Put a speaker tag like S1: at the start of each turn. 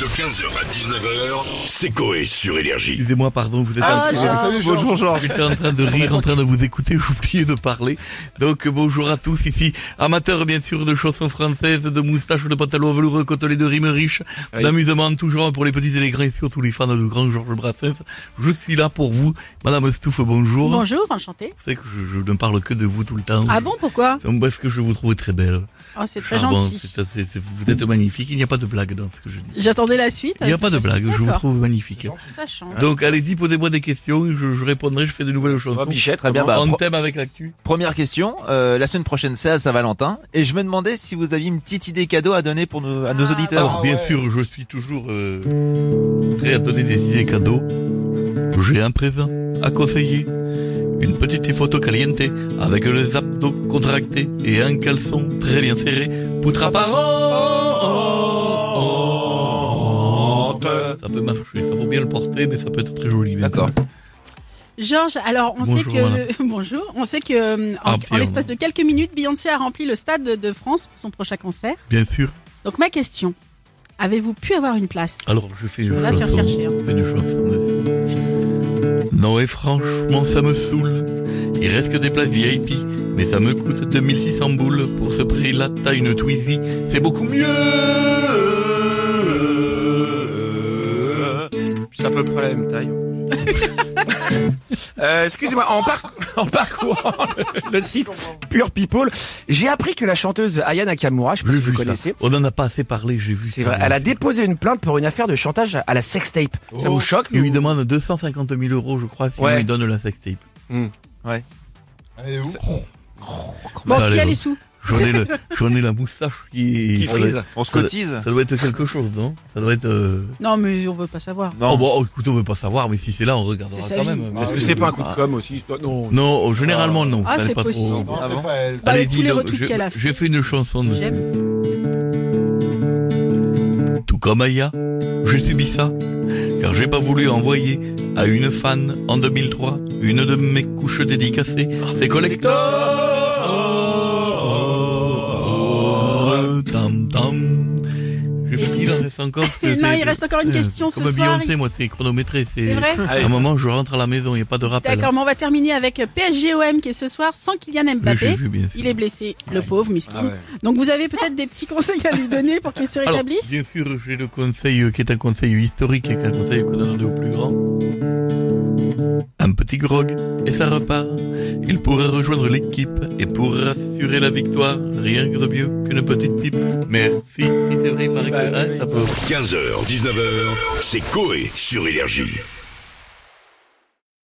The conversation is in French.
S1: De 15h à 19h, c'est Coé sur Énergie.
S2: Excusez-moi, pardon, vous êtes
S3: Ah,
S2: à-
S3: Georges.
S2: Salut, Georges. Bonjour Georges, j'étais en train de rire, en train de vous écouter, j'oubliais de parler. Donc euh, bonjour à tous ici, amateurs bien sûr de chansons françaises, de moustaches, de pantalons veloureux, côtelés de rimes riches, d'amusement toujours pour les petits et les grands et surtout les fans du grand Georges Brassens. Je suis là pour vous, Madame Stouff, bonjour.
S3: Bonjour, enchanté.
S2: Vous savez que je, je ne parle que de vous tout le temps.
S3: Ah bon, pourquoi
S2: Donc, Parce que je vous trouve très belle.
S3: oh, C'est très
S2: Charmante,
S3: gentil.
S2: Ah c'est assez- c'est- vous êtes magnifique, il n'y a pas de blague dans ce que je dis.
S3: J'attendais la suite.
S2: Il n'y a pas de blague, je vous
S3: D'accord.
S2: trouve magnifique.
S3: Ça change.
S2: Donc allez-y, posez-moi des questions, je, je répondrai, je fais de nouvelles chansons.
S4: Oh, Bichette, très bien. Bah,
S2: En
S4: pro-
S2: thème avec l'actu.
S4: première question. euh, la semaine prochaine, c'est à Saint-Valentin. Et je me demandais si vous aviez une petite idée cadeau à donner pour nos, à nos
S3: Ah,
S4: auditeurs.
S2: Alors bien sûr, je suis toujours euh, prêt à donner des idées cadeaux. J'ai un présent à conseiller. Une petite photo caliente avec les abdos contractés et un caleçon très bien serré. Poutre apparente. Ça peut marcher, ça faut bien le porter, mais ça peut être très joli. bien sûr.
S4: D'accord.
S3: Georges, alors on sait
S2: Bonjour, madame.
S3: que bonjour, on sait que euh, en,
S2: Ah,
S3: en
S2: Pierre,
S3: l'espace
S2: non.
S3: de quelques minutes, Beyoncé a rempli le stade de France pour son prochain concert.
S2: Bien sûr.
S3: Donc ma question, avez-vous pu avoir une place
S2: Alors je fais une
S3: Là, c'est
S2: chanson.
S3: recherché. hein.
S2: fait des chansons là-dessus. Non et franchement ça me saoule Il reste que des places VIP Mais ça me coûte 2600 boules Pour ce prix là t'as une Twizy C'est beaucoup mieux
S5: C'est à peu près la même taille. Euh, Excusez-moi, en, par- en parcourant le, le site Pure People, j'ai appris que la chanteuse Aya Nakamura, je ne sais pas
S2: J'ai
S5: si vous
S2: vu ça
S5: connaissez,
S2: On en a pas assez parlé j'ai vu
S5: c'est
S2: ça.
S5: vrai, elle a déposé une plainte pour une affaire de chantage à la sextape. Ça
S2: Oh.
S5: vous choque
S2: Il lui demande 250 000 euros je crois Si on
S5: Ouais.
S2: lui donne la sextape
S3: Bon,
S2: Ça,
S3: qui
S2: les
S3: a les
S2: autres.
S3: sous
S2: J'en ai, le- j'en ai la moustache qui,
S5: Qui
S2: ça, doit,
S5: frise
S4: On se cotise.
S2: ça doit être quelque chose non Ça doit être euh,
S3: Non, mais on veut pas savoir.
S2: Oh,
S4: Non.
S2: bon, oh, écoute on veut pas savoir Mais si c'est là on regardera
S3: C'est sa
S2: quand
S3: vie.
S2: même Bah
S5: Est-ce que c'est pas un coup de com' aussi Non.
S2: Non oh, généralement non
S3: Ah,
S2: ça n'est
S3: c'est
S2: pas trop-
S3: possible.
S4: Ah bon
S3: Bah, avec
S2: Allez,
S3: tous les
S2: donc,
S3: retweets
S2: je-
S3: qu'elle a fait.
S2: J'ai fait une chanson de
S3: J'aime.
S2: Tout comme Aya, j'ai subi ça, car j'ai pas voulu envoyer à une fan en 2003 une de mes couches dédicacées. C'est
S3: Ah.
S2: collector. Tam tam. J'ai fini d'en rester compte que
S3: Non,
S2: c'est-
S3: il reste encore une
S2: Euh,
S3: question ce
S2: Comme
S3: soir.
S2: Beyoncé, moi, c'est chronométré.
S3: C'est
S2: C'est
S3: vrai
S2: à un moment, je rentre à la maison, il n'y a pas de rappel.
S3: D'accord, mais on va terminer avec PSGOM qui est ce soir sans Kylian
S2: Oui, j'ai
S3: Mbappé.
S2: vu, bien sûr.
S3: Il est blessé, le pauvre miskin.
S5: Ah ouais.
S3: Donc vous avez peut-être des petits conseils à lui donner pour qu'il se
S2: Alors,
S3: rétablisse
S2: bien sûr, j'ai le conseil euh, qui est un conseil historique et qui est un conseil qu'on a donné au plus grand. Un petit grog et ça repart. Il pourrait rejoindre l'équipe et pourrait assurer la victoire. Rien que de mieux qu'une petite pipe. Merci, si c'est vrai, il paraît que hein, ça peut.
S1: 15h, 19h, c'est Coé sur Énergie.